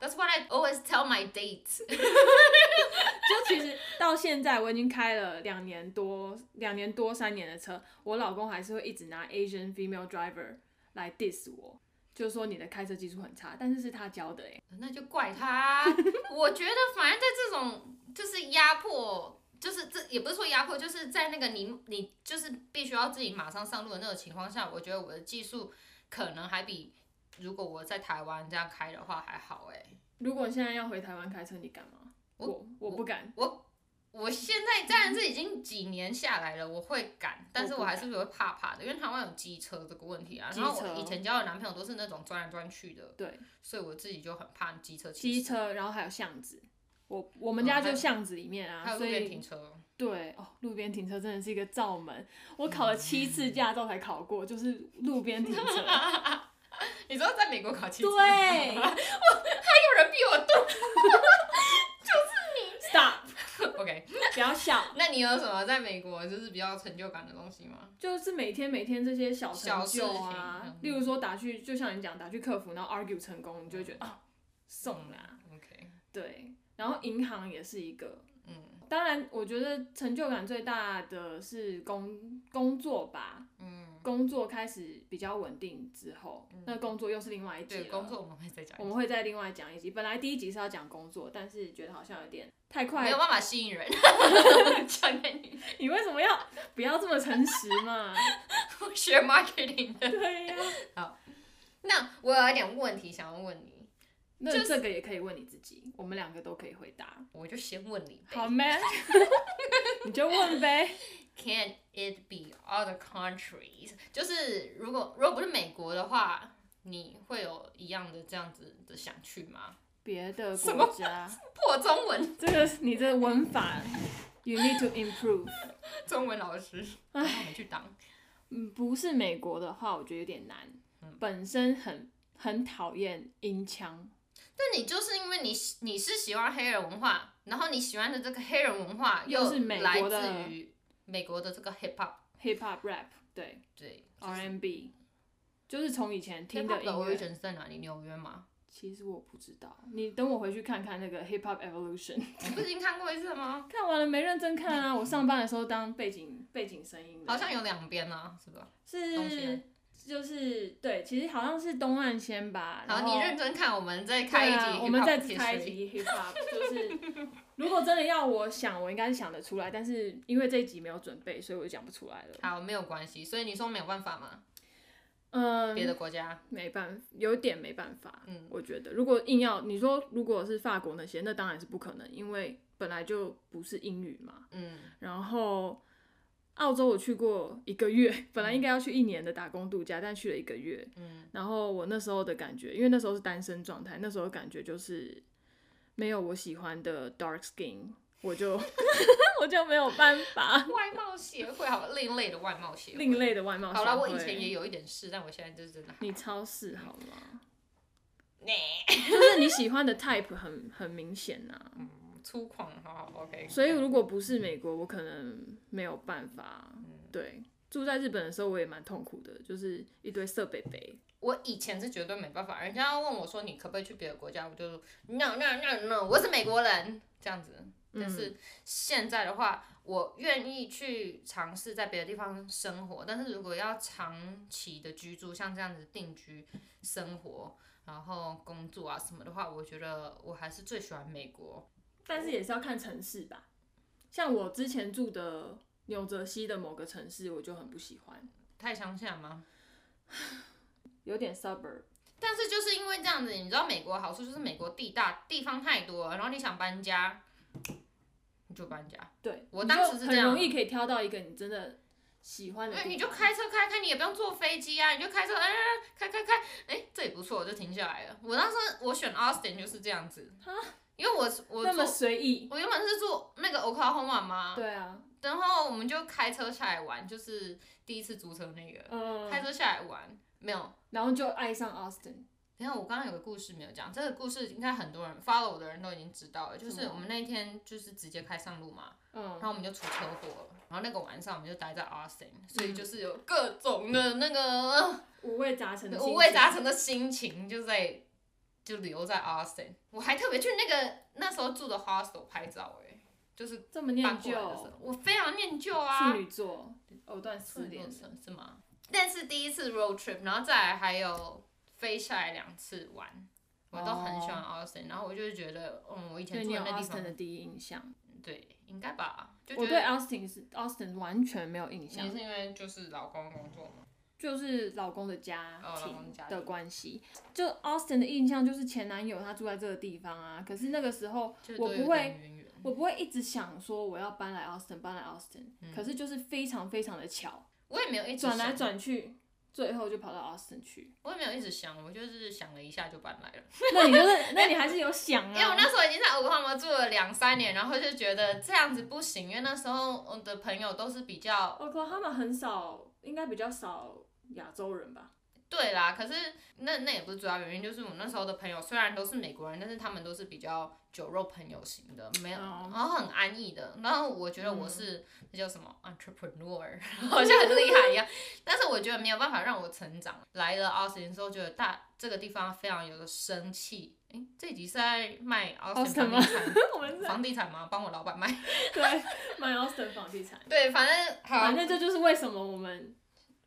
[SPEAKER 1] that's what I always tell my dates.
[SPEAKER 2] 就其实到现在我已经开了两年多、两年多三年的车，我老公还是会一直拿 Asian female driver 来 diss 我，就说你的开车技术很差，但是是他教的哎、
[SPEAKER 1] 那就怪他啊、我觉得，反正在这种就是压迫，就是这也不是说压迫，就是在那个你你就是必须要自己马上上路的那种情况下，我觉得我的技术可能还比如果我在台湾这样开的话还好哎、
[SPEAKER 2] 如果现在要回台湾开车，你敢吗？
[SPEAKER 1] 我
[SPEAKER 2] 我我不敢，
[SPEAKER 1] 我我现在当然是已经几年下来了，我会敢，但是我还是会怕怕的，因为台湾有机车这个问题啊。
[SPEAKER 2] 机
[SPEAKER 1] 然后我
[SPEAKER 2] 车
[SPEAKER 1] 以前交的男朋友都是那种钻来钻去的，
[SPEAKER 2] 对，
[SPEAKER 1] 所以我自己就很怕机车骑
[SPEAKER 2] 机
[SPEAKER 1] 士，
[SPEAKER 2] 车，然后还有巷子，我我们
[SPEAKER 1] 嗯
[SPEAKER 2] 家
[SPEAKER 1] 还
[SPEAKER 2] 就
[SPEAKER 1] 有
[SPEAKER 2] 巷子里面
[SPEAKER 1] 还
[SPEAKER 2] 啊，
[SPEAKER 1] 有路
[SPEAKER 2] 所
[SPEAKER 1] 边
[SPEAKER 2] 以
[SPEAKER 1] 停车。
[SPEAKER 2] 对哦，路边停车真的是一个罩门，我考了七次驾照才考过，就是路边停车。
[SPEAKER 1] 你知道在美国考汽车，有
[SPEAKER 2] 对
[SPEAKER 1] 人比我多。
[SPEAKER 2] ，stop，
[SPEAKER 1] OK，
[SPEAKER 2] 不要笑。
[SPEAKER 1] 那你有什么在美国就是比较有成就感的东西吗？
[SPEAKER 2] 就是每天每天这些小成就
[SPEAKER 1] 小事
[SPEAKER 2] 啊
[SPEAKER 1] 情嗯，
[SPEAKER 2] 例如说打去，就像你讲打去客服，然后 argue 成功，你就会
[SPEAKER 1] 哦
[SPEAKER 2] 觉得啊，送啦、
[SPEAKER 1] OK，
[SPEAKER 2] 对，然后银行也是一个，
[SPEAKER 1] 嗯
[SPEAKER 2] 当然我觉得成就感最大的是工工作吧，
[SPEAKER 1] 嗯，
[SPEAKER 2] 工作开始比较稳定之后，那工作又是另外一集
[SPEAKER 1] 对，
[SPEAKER 2] 了
[SPEAKER 1] 工作我们会再讲
[SPEAKER 2] 我，们会再另外讲一集。本来第一集是要讲工作，但是觉得好像有点太快
[SPEAKER 1] 没有办法吸 引人。讲给你，
[SPEAKER 2] 你为什么要 不要这么诚实 嘛？
[SPEAKER 1] 我学 marketing 的。
[SPEAKER 2] 对呀、
[SPEAKER 1] 那我有一点问题想要问你，
[SPEAKER 2] 那这个也可以问你自己，我们两个都可以回答。
[SPEAKER 1] 我就先问你呗。
[SPEAKER 2] 好 man，你就问呗。
[SPEAKER 1] Can it be other countries？就是如果如果不是美国的话，你会有一样的这样子的想去 吗？
[SPEAKER 2] 别的
[SPEAKER 1] 什么
[SPEAKER 2] 国家，
[SPEAKER 1] 破中文，
[SPEAKER 2] 这个你这文法，you need to improve。
[SPEAKER 1] 中文老师，让我们去当。
[SPEAKER 2] 嗯，不是美国的话，我觉得有点难。本身很很讨厌音腔，
[SPEAKER 1] 但你就是因为你喜你是喜欢黑人文化，然后你喜欢的这个黑人文化
[SPEAKER 2] 又是美
[SPEAKER 1] 来
[SPEAKER 2] 国的
[SPEAKER 1] 自于美国的这个 hip hop，
[SPEAKER 2] hip hop rap，对
[SPEAKER 1] 对、就是
[SPEAKER 2] R&B，就是从以前听
[SPEAKER 1] hip
[SPEAKER 2] 的
[SPEAKER 1] hop
[SPEAKER 2] 音
[SPEAKER 1] 的
[SPEAKER 2] 乐。
[SPEAKER 1] origin 在哪里？纽约吗？
[SPEAKER 2] 其实我不知道，你等我回去看看那个 hip hop evolution。
[SPEAKER 1] 你不是已经看过一次了 吗？
[SPEAKER 2] 看完了没认真看啊，我上班的时候当背景背景声音的。
[SPEAKER 1] 好像有两边啊，是吧？东西
[SPEAKER 2] 是
[SPEAKER 1] 啊
[SPEAKER 2] 就是对，其实好像是东岸先吧。
[SPEAKER 1] 好，
[SPEAKER 2] 然后
[SPEAKER 1] 你认真看，我们再开一集、
[SPEAKER 2] 对啊，我们再开一。集 hip hop，就是如果真的要我想，我应该是想得出来，但是因为这一集没有准备，所以我就讲不出来了。
[SPEAKER 1] 好，没有关系。所以你说没有办法吗？
[SPEAKER 2] 嗯，
[SPEAKER 1] 别的国家，
[SPEAKER 2] 没办法，有点没办法。
[SPEAKER 1] 嗯，
[SPEAKER 2] 我觉得如果硬要你说，如果是法国那些，那当然是不可能，因为本来就不是英语嘛。
[SPEAKER 1] 嗯，
[SPEAKER 2] 然后澳洲我去过一个月，本来应该要去一年的打工度假，但去了一个月。
[SPEAKER 1] 嗯，
[SPEAKER 2] 然后我那时候的感觉，因为那时候是单身状态，那时候感觉就是没有我喜欢的 dark skin，我 就我就没有办法
[SPEAKER 1] 外貌协会，好吧，另类的外貌协会。
[SPEAKER 2] 另类的外貌协
[SPEAKER 1] 好
[SPEAKER 2] 会。
[SPEAKER 1] 了，我以前也有一点事，但我现在就是真的还
[SPEAKER 2] 你超市好吗？
[SPEAKER 1] 你
[SPEAKER 2] 就是 你喜欢的 type 很很明显呐、
[SPEAKER 1] 嗯粗犷，好好，OK。
[SPEAKER 2] 所以如果不是美国，我可能没有办法。
[SPEAKER 1] 嗯
[SPEAKER 2] 对，住在日本的时候我也蛮痛苦的，就是一堆色北北。
[SPEAKER 1] 我以前是绝对没办法，人家要问我说你可不可以去别的国家，我就 no no no no，我是美国人这样子。但是现在的话，我愿意去尝试在别的地方生活，但是如果要长期的居住，像这样子定居生活，然后工作啊什么的话，我觉得我还是最喜欢美国。
[SPEAKER 2] 但是也是要看城市吧。像我之前住的纽泽西的某个城市，我就很不喜欢，
[SPEAKER 1] 太乡下吗？
[SPEAKER 2] 有点 suburb。
[SPEAKER 1] 但是就是因为这样子，你知道美国的好处就是美国地大，地方太多了，然后你想搬家，你就搬家。
[SPEAKER 2] 对
[SPEAKER 1] 我
[SPEAKER 2] 你
[SPEAKER 1] 当时
[SPEAKER 2] 就是
[SPEAKER 1] 这
[SPEAKER 2] 很
[SPEAKER 1] 样
[SPEAKER 2] 容易可以挑到一个你真的喜欢的地
[SPEAKER 1] 那
[SPEAKER 2] 方。
[SPEAKER 1] 哎你就开车开开，你也不用坐飞机啊，你就开车，哎、开开开，哎、这也不错，我就停下来了。我当时我选 Austin 就是这样子，因为我是我
[SPEAKER 2] 那么
[SPEAKER 1] 坐
[SPEAKER 2] 随意。
[SPEAKER 1] 我原本是坐那个 Oklahoma 嘛，
[SPEAKER 2] 对啊，
[SPEAKER 1] 然后我们就开车下来玩，就是第一次租车那个，
[SPEAKER 2] 嗯、
[SPEAKER 1] 开车下来玩，没有，
[SPEAKER 2] 然后就爱上 Austin。
[SPEAKER 1] 你看，我刚刚有个故事没有讲，这个故事应该很多人 follow 我的人都已经知道了。就是我们那一天就是直接开上路嘛，
[SPEAKER 2] 嗯
[SPEAKER 1] 然后我们就出车祸了，然后那个晚上我们就待在 Austin，所
[SPEAKER 2] 嗯
[SPEAKER 1] 以就是有各种的那个
[SPEAKER 2] 五味杂陈的心
[SPEAKER 1] 五
[SPEAKER 2] 情
[SPEAKER 1] 味杂陈的心情就在就留在 Austin。我还特别去那个那时候住的 hostel 拍照、欸，就是
[SPEAKER 2] 这么
[SPEAKER 1] 搬
[SPEAKER 2] 念
[SPEAKER 1] 过来的时
[SPEAKER 2] 旧
[SPEAKER 1] 候，，我非常念旧啊
[SPEAKER 2] 处，女座藕断丝连的，
[SPEAKER 1] 是吗？但是第一次 road trip，然后再来还有飞下来两次玩，我都很喜欢 Austin，、然后我就会觉得，嗯，我以
[SPEAKER 2] 所
[SPEAKER 1] 前
[SPEAKER 2] 以
[SPEAKER 1] 住的
[SPEAKER 2] 哦你有
[SPEAKER 1] 那地
[SPEAKER 2] Austin
[SPEAKER 1] 方，
[SPEAKER 2] 的第一印象。
[SPEAKER 1] 对，应该吧，就
[SPEAKER 2] 我
[SPEAKER 1] 觉
[SPEAKER 2] 对
[SPEAKER 1] 得
[SPEAKER 2] Austin 啊是 Austin 完全没有印
[SPEAKER 1] 也
[SPEAKER 2] 象，
[SPEAKER 1] 是因为就是老公工作嘛，
[SPEAKER 2] 就是老公的家
[SPEAKER 1] 哦老公
[SPEAKER 2] 庭
[SPEAKER 1] 家庭
[SPEAKER 2] 的关系。就 Austin 的印象就是前男友他住在这个地方啊，可是那个时候
[SPEAKER 1] 就
[SPEAKER 2] 我
[SPEAKER 1] 都有
[SPEAKER 2] 不会
[SPEAKER 1] 点渊源。
[SPEAKER 2] 我不会一直想说我要搬来 Austin 搬来 Austin，、可是就是非常非常的巧，
[SPEAKER 1] 我也没嗯有一直
[SPEAKER 2] 转来
[SPEAKER 1] 想，
[SPEAKER 2] 转去，最后就跑到 Austin 去。
[SPEAKER 1] 我也没有一直想，我就是想了一下就搬来了。
[SPEAKER 2] 那你就是那你还是有想啊，
[SPEAKER 1] 因为我那时候已经在 Oklahoma 住了两三年，然后就觉得这样子不行，因为那时候我的朋友都哦是比较
[SPEAKER 2] Oklahoma 很少，应该比较少亚洲人吧？
[SPEAKER 1] 对啦，可是那那也不是主要原因，就是我那时候的朋友虽然都是美国人，但是他们都是比较酒肉朋友型的，没有，
[SPEAKER 2] 哦
[SPEAKER 1] 然后很安逸的。然后我觉得我是那、叫什么 entrepreneur，好 像很厉害一样，但是我觉得没有办法让我成长。来了奥斯汀之后，觉得大这个地方非常有的生气。诶，这集是在卖奥斯汀房
[SPEAKER 2] Austin 吗
[SPEAKER 1] 地产，
[SPEAKER 2] 我们是
[SPEAKER 1] 房地产吗？帮我老板卖。
[SPEAKER 2] 对 买 Austin 房地产，
[SPEAKER 1] 对，反正好
[SPEAKER 2] 反，正这就是为什么我们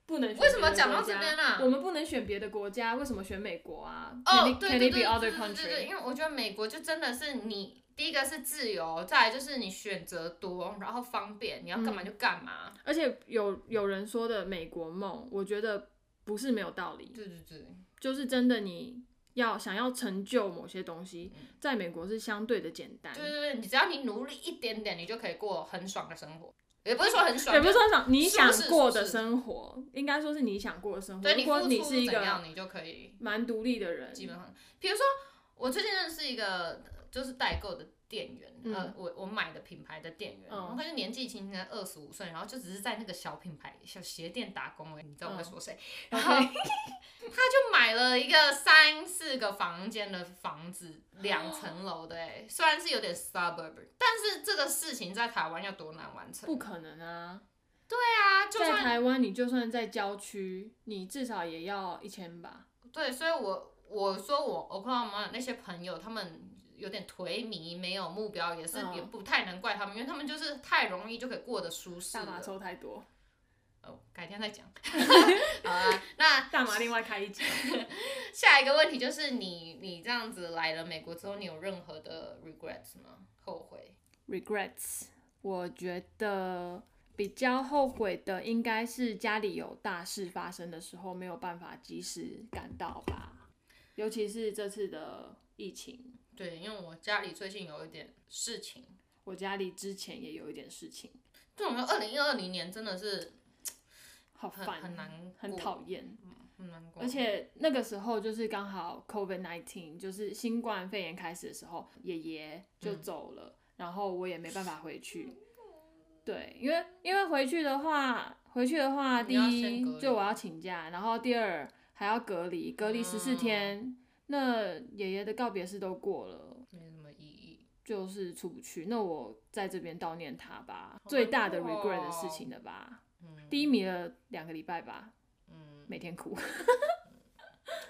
[SPEAKER 2] 不能选
[SPEAKER 1] 为什么
[SPEAKER 2] 别的
[SPEAKER 1] 讲到
[SPEAKER 2] 国
[SPEAKER 1] 这
[SPEAKER 2] 家
[SPEAKER 1] 边啦
[SPEAKER 2] 我们不能选别的国家，为什么选美国啊
[SPEAKER 1] 哦，
[SPEAKER 2] Can it-
[SPEAKER 1] 对
[SPEAKER 2] can
[SPEAKER 1] 对
[SPEAKER 2] it
[SPEAKER 1] 对对
[SPEAKER 2] be other
[SPEAKER 1] 对对对，
[SPEAKER 2] country？
[SPEAKER 1] 因为我觉得美国就真的是你第一个是自由，再来就是你选择多，然后方便，你要干嘛就干嘛。
[SPEAKER 2] 而且有有人说的美国梦，我觉得不是没有道理，
[SPEAKER 1] 对对对，
[SPEAKER 2] 就是真的你要想要成就某些东西，
[SPEAKER 1] 嗯
[SPEAKER 2] 在美国是相对的简单。
[SPEAKER 1] 对对对，你只要你努力一点点，你就可以过很爽的生活，也不是说很爽，
[SPEAKER 2] 也不是
[SPEAKER 1] 就
[SPEAKER 2] 说想你想
[SPEAKER 1] 舒适
[SPEAKER 2] 过的
[SPEAKER 1] 舒适
[SPEAKER 2] 生活，应该说是你想过的生活。
[SPEAKER 1] 对
[SPEAKER 2] 如
[SPEAKER 1] 你
[SPEAKER 2] 果
[SPEAKER 1] 付
[SPEAKER 2] 你
[SPEAKER 1] 出
[SPEAKER 2] 是一
[SPEAKER 1] 怎
[SPEAKER 2] 个
[SPEAKER 1] 样，你就可以
[SPEAKER 2] 蛮独立的人，
[SPEAKER 1] 基本上，比如说我最近认识一个就是代购的店员，
[SPEAKER 2] 嗯
[SPEAKER 1] 呃，我我买的品牌的店员，
[SPEAKER 2] 嗯
[SPEAKER 1] 他就年纪轻轻的二十五岁，然后就只是在那个小品牌小鞋店打工而已，你知道
[SPEAKER 2] 嗯
[SPEAKER 1] 我在说谁？然后 他就买了一个三四个房间的房子，两
[SPEAKER 2] 哦
[SPEAKER 1] 层楼的、欸，虽然是有点 suburb，但是这个事情在台湾要多难完成？
[SPEAKER 2] 不可能啊！
[SPEAKER 1] 对啊，就
[SPEAKER 2] 在
[SPEAKER 1] 算
[SPEAKER 2] 台湾，你就算在郊区，你至少也要一千吧。
[SPEAKER 1] 对，所以我我说我 Oklahoma 那些朋友，他们有点颓靡，没有目标，也是、
[SPEAKER 2] 嗯
[SPEAKER 1] 也不太能怪他们，因为他们就是太容易就可以过得舒适
[SPEAKER 2] 大麻
[SPEAKER 1] 了。
[SPEAKER 2] 抽太多，
[SPEAKER 1] 哦，改天再讲。 好啊，那
[SPEAKER 2] 大麻另外开一集。
[SPEAKER 1] 下一个问题就是你你这样子来了美国之后，你有任何的 regrets 吗？后悔？
[SPEAKER 2] Regrets，我觉得比较后悔的应该是家里有大事发生的时候没有办法及时赶到吧，尤其是这次的疫情。
[SPEAKER 1] 对，因为我家里最近有一点事情，
[SPEAKER 2] 我家里之前也有一点事情，
[SPEAKER 1] 这种二零一二零年真的是
[SPEAKER 2] 好
[SPEAKER 1] 很
[SPEAKER 2] 烦，
[SPEAKER 1] 很难
[SPEAKER 2] 很
[SPEAKER 1] 过
[SPEAKER 2] 讨厌。
[SPEAKER 1] 很难过
[SPEAKER 2] 而。且那个时候就是刚好 COVID nineteen，就是新冠肺炎开始的时候，爷爷就走了，然后我也没办法回去。对，因为因为回去的话，回去的话，
[SPEAKER 1] 你
[SPEAKER 2] 第
[SPEAKER 1] 要先隔
[SPEAKER 2] 一
[SPEAKER 1] 离
[SPEAKER 2] 就我要请假，然后第二还要隔离，隔
[SPEAKER 1] 啊
[SPEAKER 2] 离十四天。那爷爷的告别式都过了，
[SPEAKER 1] 没什么意义，
[SPEAKER 2] 就是出不去。那我在这边悼念他吧，
[SPEAKER 1] 好
[SPEAKER 2] 最大的
[SPEAKER 1] 难过
[SPEAKER 2] regret 的
[SPEAKER 1] 哦
[SPEAKER 2] 事情了吧。
[SPEAKER 1] 嗯
[SPEAKER 2] 低迷了两个礼拜吧，
[SPEAKER 1] 嗯，
[SPEAKER 2] 每天 哭。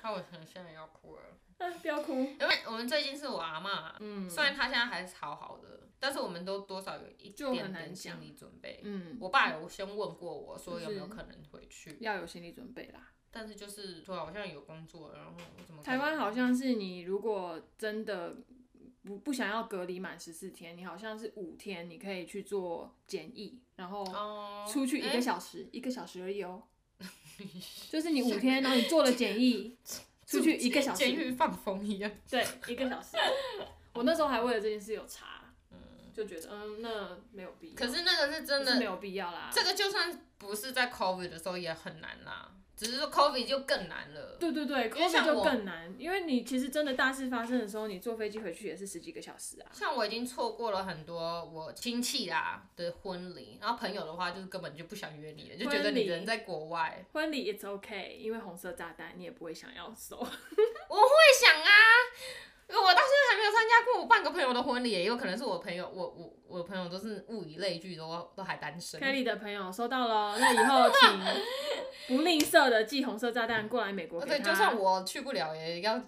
[SPEAKER 1] 那我可能现在要哭了。
[SPEAKER 2] 不要哭。
[SPEAKER 1] 因为我们最近是我阿妈，
[SPEAKER 2] 嗯
[SPEAKER 1] 虽然她现在还是好好的，但是我们都多少有一
[SPEAKER 2] 就
[SPEAKER 1] 点
[SPEAKER 2] 很难
[SPEAKER 1] 点心
[SPEAKER 2] 讲
[SPEAKER 1] 理准备。
[SPEAKER 2] 嗯，
[SPEAKER 1] 我爸有先问过我说有
[SPEAKER 2] 就是
[SPEAKER 1] 没有可能回去，
[SPEAKER 2] 要有心理准备啦。
[SPEAKER 1] 但是就是说好像有工作，然后我怎么可
[SPEAKER 2] 台
[SPEAKER 1] 能
[SPEAKER 2] 湾好像是你如果真的不不想要隔离满十四天，你好像是五天，你可以去做检疫，然后
[SPEAKER 1] 哦
[SPEAKER 2] 出去一
[SPEAKER 1] 诶
[SPEAKER 2] 个小时，一个小时而已 哦。就是你五天，然后你做了 检疫，出去一个小
[SPEAKER 1] 监
[SPEAKER 2] 时，
[SPEAKER 1] 狱放风 一样，
[SPEAKER 2] 对，一个小 时。我那时候还为了这件事有查，就觉得嗯，那没有必要，
[SPEAKER 1] 可是那个是真
[SPEAKER 2] 不是没
[SPEAKER 1] 的，
[SPEAKER 2] 有必要啦。
[SPEAKER 1] 这个就算不是在 COVID 的时候也很难啦。只是说 COVID 就更难了。
[SPEAKER 2] 对对对
[SPEAKER 1] 因为像
[SPEAKER 2] ，COVID 就
[SPEAKER 1] 我
[SPEAKER 2] 更难，因为你其实真的大事发生的时候，你坐飞机回去也是十几个小时啊。
[SPEAKER 1] 像我已经错过了很多我亲戚啦的婚礼，然后朋友的话就是根本就不想约你了，就觉得
[SPEAKER 2] 婚
[SPEAKER 1] 你
[SPEAKER 2] 礼
[SPEAKER 1] 人在国外。
[SPEAKER 2] 婚礼 it's okay，因为红色炸弹你也不会想要收。
[SPEAKER 1] 哦会想啊，我到现在还没有参加过我半个朋友的婚礼，也有可能是我朋友，我我我朋友都是物以类聚，都都还单身。
[SPEAKER 2] Kelly 的朋友收到了，那以后请不吝啬的寄红色炸弹过来美国给
[SPEAKER 1] 哦呃对，
[SPEAKER 2] 他，
[SPEAKER 1] 就算我去不了，也要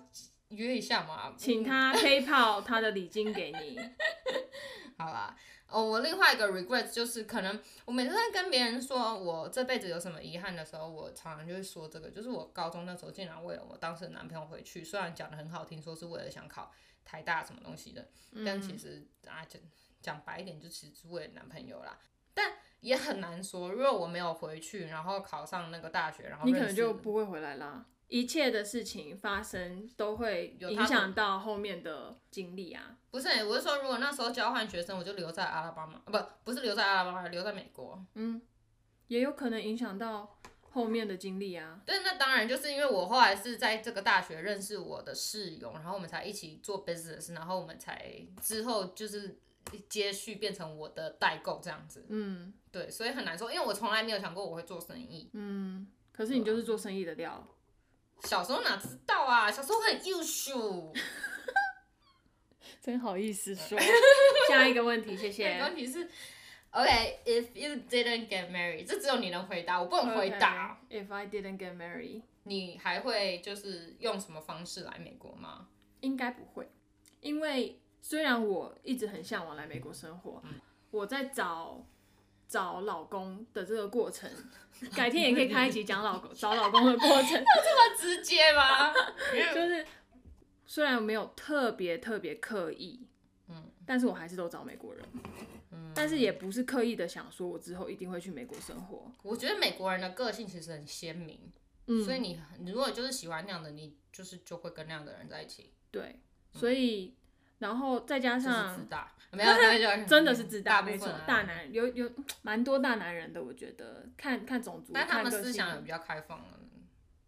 [SPEAKER 1] 约一下嘛。
[SPEAKER 2] 请他 PayPal 他的礼金给你。
[SPEAKER 1] 好啦，哦，我另外一个 regret 就是，可能我每次在跟别人说我这辈子有什么遗憾的时候，我常常就会说这个，就是我高中那时候竟然为了我当时的男朋友回去，虽然讲的很好听，说是为了想考台大什么东西的，
[SPEAKER 2] 嗯
[SPEAKER 1] 但其实啊讲讲白一点，就其实是为了男朋友啦，但也很难说，如果我没有回去，然后考上那个大学，然后
[SPEAKER 2] 你可
[SPEAKER 1] 认
[SPEAKER 2] 能
[SPEAKER 1] 识
[SPEAKER 2] 就不会回来啦。一切的事情发生都会
[SPEAKER 1] 有
[SPEAKER 2] 影
[SPEAKER 1] 它
[SPEAKER 2] 响到后面的经历啊。
[SPEAKER 1] 不是、我是说，如果那时候交换学生，我就留在阿拉巴马，啊不不是留在阿拉巴马，留在美国，
[SPEAKER 2] 嗯，也有可能影响到后面的经历啊。
[SPEAKER 1] 对，那当然就是因为我后来是在这个大学认识我的室友，然后我们才一起做 business，然后我们才之后就是接续变成我的代购这样子。
[SPEAKER 2] 嗯
[SPEAKER 1] 对，所以很难说，因为我从来没有想过我会做生意。
[SPEAKER 2] 嗯，可是你就是做生意的料。
[SPEAKER 1] 小时候哪知道啊？小时候很优秀。
[SPEAKER 2] 真好意思说。 下一个问题，谢 谢。
[SPEAKER 1] 问题是，OK，if、you didn't get married，这只有你能回答，我不能回答。
[SPEAKER 2] Okay, If I didn't get married，
[SPEAKER 1] 你还会就是用什么方式来美国吗？
[SPEAKER 2] 应该不会，因为虽然我一直很向往来美国生活，我在找找老公的这个过程，改天也可以开一集讲 老公找老公的过 程，
[SPEAKER 1] 这么直接吗？
[SPEAKER 2] 就是虽然没有特别特别刻意，
[SPEAKER 1] 嗯，
[SPEAKER 2] 但是我还是都找美国人，嗯，但是也不是刻意的想说我之后一定会去美国生活，
[SPEAKER 1] 我觉得美国人的个性其实很鲜明。
[SPEAKER 2] 嗯，
[SPEAKER 1] 所以你你如果就是喜欢那样的，你就是就会跟那样的人在一起，
[SPEAKER 2] 对，所以然后再加
[SPEAKER 1] 就
[SPEAKER 2] 上
[SPEAKER 1] 是自大，没 有，没有，
[SPEAKER 2] 嗯真的是自
[SPEAKER 1] 大
[SPEAKER 2] 大，
[SPEAKER 1] 部
[SPEAKER 2] 没错
[SPEAKER 1] 分，啊
[SPEAKER 2] 大，男有有蛮多大男人的，我觉得看看种族，
[SPEAKER 1] 但他们
[SPEAKER 2] 看个
[SPEAKER 1] 思
[SPEAKER 2] 性
[SPEAKER 1] 想也比较开放啊。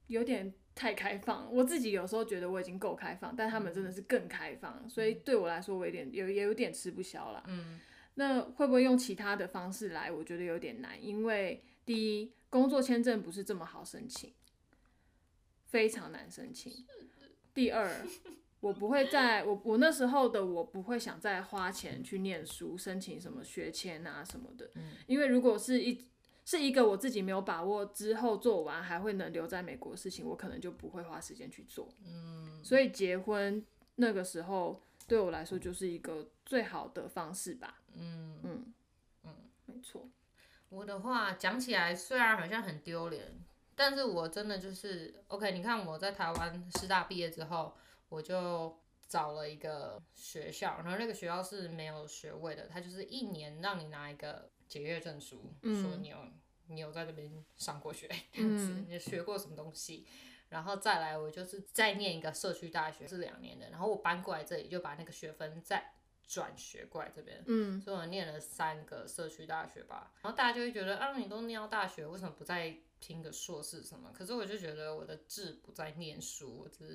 [SPEAKER 2] 有点太开放。我自己有时候觉得我已经够开放，但他们真的是更开放，所以对我来说，我有点有也有点吃不消啦。
[SPEAKER 1] 嗯，
[SPEAKER 2] 那会不会用其他的方式来？我觉得有点难，因为第一，工作签证不是这么好申请，非常难申请。第二， 我不会在我我那时候的我不会想再花钱去念书，申请什么学签啊什么的，因为如果是一是一个我自己没有把握之后做完还会能留在美国的事情，我可能就不会花时间去做。嗯，所以结婚那个时候对我来说就是一个最好的方式吧。嗯嗯没错。
[SPEAKER 1] 我的话讲起来虽然好像很丢脸，但是我真的就是 OK。你看我在台湾师大毕业之后，我就找了一个学校，然后那个学校是没有学位的，它就是一年让你拿一个结业证书，
[SPEAKER 2] 嗯
[SPEAKER 1] 说你有你有在这边上过学，这样子
[SPEAKER 2] 嗯，
[SPEAKER 1] 你学过什么东西。然后再来，我就是再念一个社区大学是两年的，然后我搬过来这里就把那个学分再转学过来这边，
[SPEAKER 2] 嗯，
[SPEAKER 1] 所以我念了三个社区大学吧，然后大家就会觉得，啊，你都念到大学，为什么不再拼个硕士什么？可是我就觉得我的志不在念书，我只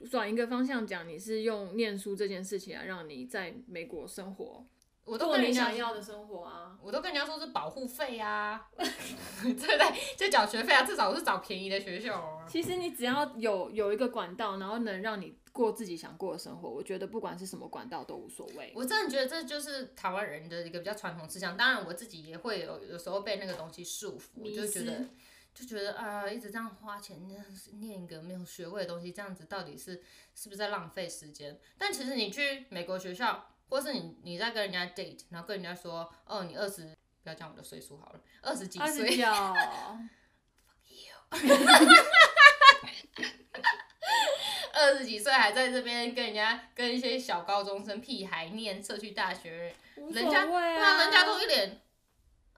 [SPEAKER 1] 是
[SPEAKER 2] 转一个方向讲，你是用念书这件事情来让你在美国生活，
[SPEAKER 1] 我都
[SPEAKER 2] 过
[SPEAKER 1] 跟
[SPEAKER 2] 你
[SPEAKER 1] 人家
[SPEAKER 2] 想，要的生活啊。
[SPEAKER 1] 我都跟人家说是保护费啊， 对不对？就缴学费啊，至少我是找便宜的学校啊。
[SPEAKER 2] 其实你只要有有一个管道，然后能让你过自己想过的生活，我觉得不管是什么管道都无所谓。
[SPEAKER 1] 我真的觉得这就是台湾人的一个比较传统思想，当然我自己也会有有时候被那个东西束缚，我
[SPEAKER 2] 迷
[SPEAKER 1] 就觉得
[SPEAKER 2] 思
[SPEAKER 1] 就觉得啊、一直这样花钱那样子念一个没有学位的东西，这样子到底是是不是在浪费时间？但其实你去美国学校，或是你你在跟人家 date，然后跟人家说哦，你二十。不要讲我的岁数好了， 二十几
[SPEAKER 2] 二十
[SPEAKER 1] 岁，
[SPEAKER 2] 九，
[SPEAKER 1] 二十几岁还在这边跟人家跟一些小高中生屁孩念社区大学，
[SPEAKER 2] 无所
[SPEAKER 1] 人家
[SPEAKER 2] 谓
[SPEAKER 1] 对啊，人家都一脸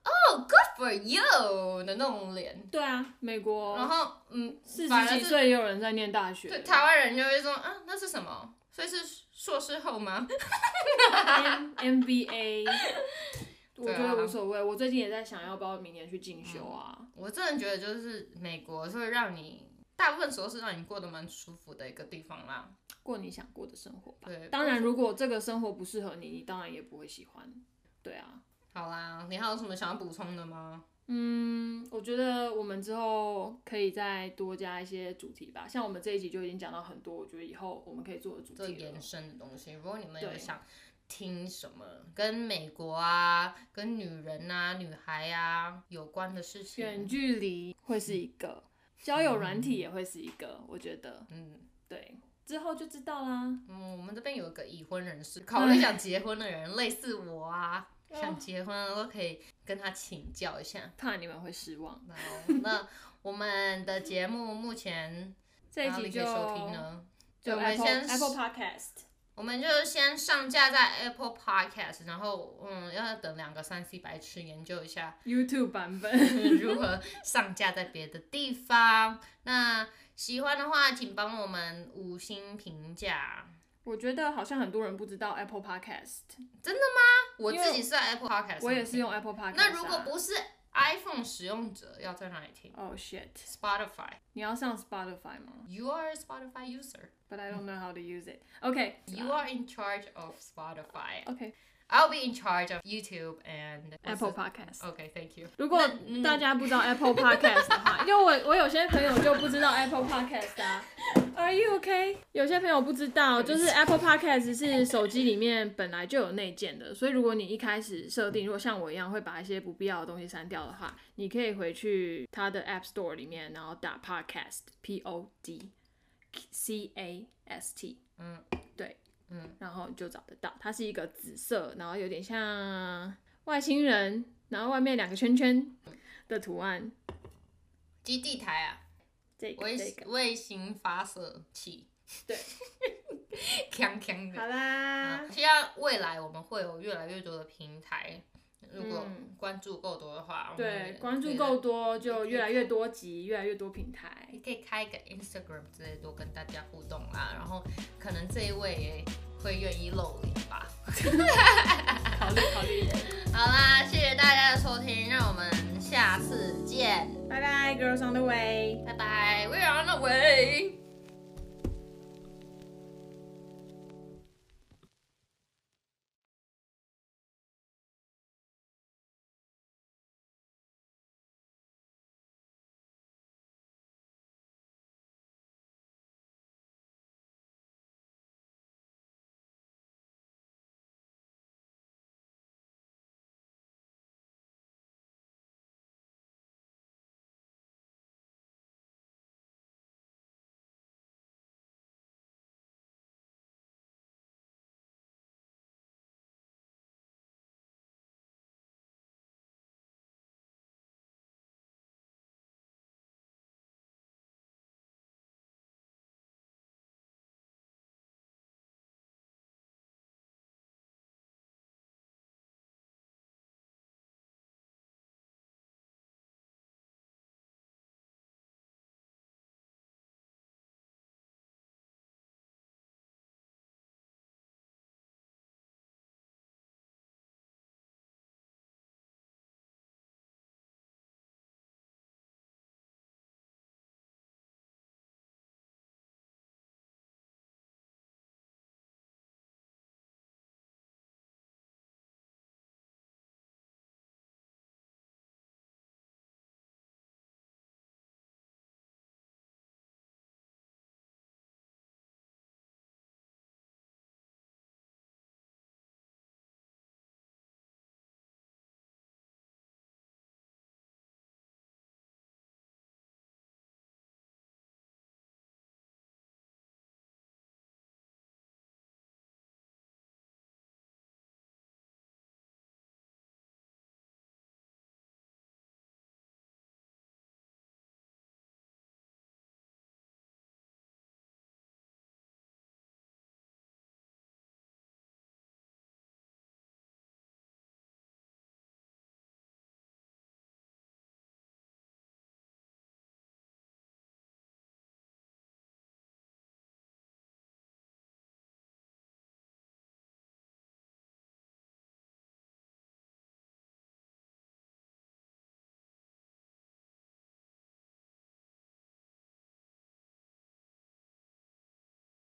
[SPEAKER 1] 哦、oh,，good for you 的那种脸。
[SPEAKER 2] 对啊，美
[SPEAKER 1] 然
[SPEAKER 2] 国
[SPEAKER 1] 后，嗯，
[SPEAKER 2] 四
[SPEAKER 1] 反
[SPEAKER 2] 十
[SPEAKER 1] 而
[SPEAKER 2] 几
[SPEAKER 1] 是
[SPEAKER 2] 岁也有人在念大学，
[SPEAKER 1] 对台湾人就会说啊，那是什么？所以是硕士后吗？
[SPEAKER 2] M- MBA，我
[SPEAKER 1] 啊
[SPEAKER 2] 觉得无所谓。我最近也在想要不要明年去进修啊。
[SPEAKER 1] 我真的觉得就是美国是会让你大部分时候是让你过得蛮舒服的一个地方啦。
[SPEAKER 2] 过你想过的生活吧。
[SPEAKER 1] 对，
[SPEAKER 2] 当然，如果这个生活不适合你，你当然也不会喜欢。对啊，
[SPEAKER 1] 好啦，你还有什么想要补充的吗？
[SPEAKER 2] 嗯，我觉得我们之后可以再多加一些主题吧。像我们这一集就已经讲到很多，我觉得以后我们可以做的主
[SPEAKER 1] 做
[SPEAKER 2] 题了
[SPEAKER 1] 延。伸的东西，如果你们有
[SPEAKER 2] 哦对
[SPEAKER 1] 想听什么跟美国啊、跟女人啊、女孩啊有关的事
[SPEAKER 2] 远
[SPEAKER 1] 情，
[SPEAKER 2] 距离会是一个，交友软体也会是一个，我觉得
[SPEAKER 1] 嗯
[SPEAKER 2] 对，之后就知道啦。
[SPEAKER 1] 嗯，我们这边有一个已婚人士，考虑想结婚的人，类似我啊，
[SPEAKER 2] 哦
[SPEAKER 1] 想结婚的都可以跟他请教一下。
[SPEAKER 2] 怕你们会失望。
[SPEAKER 1] 好，那我们的节目目前
[SPEAKER 2] 这一
[SPEAKER 1] 哪
[SPEAKER 2] 集
[SPEAKER 1] 里
[SPEAKER 2] 就
[SPEAKER 1] 可以收听呢？
[SPEAKER 2] 就
[SPEAKER 1] 我们
[SPEAKER 2] Apple
[SPEAKER 1] 先
[SPEAKER 2] Apple Podcast。
[SPEAKER 1] 我们就先上架在 Apple Podcast，然后嗯，要等两个三 C 白痴研究一下
[SPEAKER 2] YouTube 版本。
[SPEAKER 1] 如何上架在别的地方。那喜欢的话，请帮我们五星评价。
[SPEAKER 2] 我觉得好像很多人不知道 Apple Podcast，
[SPEAKER 1] 我
[SPEAKER 2] 因为
[SPEAKER 1] 自己是在 Apple Podcast，
[SPEAKER 2] 我也是
[SPEAKER 1] 上面
[SPEAKER 2] 用 Apple Podcast 啊、
[SPEAKER 1] 听。那如果不是 iPhone 使用者，要在哪里听
[SPEAKER 2] ，Oh shit，
[SPEAKER 1] ？Spotify。
[SPEAKER 2] 你要上 Spotify 吗
[SPEAKER 1] You are a Spotify user.
[SPEAKER 2] ？But I don't know how to use it. OK，
[SPEAKER 1] You are in charge of Spotify.
[SPEAKER 2] OK
[SPEAKER 1] I'll be in charge of YouTube and
[SPEAKER 2] Apple Podcast。
[SPEAKER 1] Okay, thank you.
[SPEAKER 2] 如果大家不知道 Apple Podcast 的话，因为我我有些朋友就不知道 Apple Podcast 啊。Are you OK？有些朋友不知道，就是 Apple Podcast 是手机里面本来就有内建的，所以如果你一开始设定，如果像我一样会把一些不必要的东西删掉的话，你可以回去它的 App Store 里面，然后打 Podcast P O D C A S T，
[SPEAKER 1] 嗯，
[SPEAKER 2] 对，
[SPEAKER 1] 嗯，
[SPEAKER 2] 然后你就找得到。它是一个紫色，然后有点像外星人，然后外面两个圈圈的图案。
[SPEAKER 1] 基地台啊，
[SPEAKER 2] 这个
[SPEAKER 1] 卫
[SPEAKER 2] 这个，
[SPEAKER 1] 卫星发射器，
[SPEAKER 2] 对，
[SPEAKER 1] 锵锵的。
[SPEAKER 2] 好啦，
[SPEAKER 1] 希望未来我们会有越来越多的平台，如果
[SPEAKER 2] 嗯
[SPEAKER 1] 关注够多的话，我们
[SPEAKER 2] 对，
[SPEAKER 1] 也
[SPEAKER 2] 关注
[SPEAKER 1] 可以
[SPEAKER 2] 够多就越来越多集，越来越多平台
[SPEAKER 1] 也。可以开一个 Instagram 之类，多跟大家互动啦。然后可能这一位也会愿意露脸吧。
[SPEAKER 2] 考虑考虑，
[SPEAKER 1] 好啦，谢谢大家的收听，让我们下次见，
[SPEAKER 2] 拜拜，Girls on the way。
[SPEAKER 1] 拜拜，We are on the way。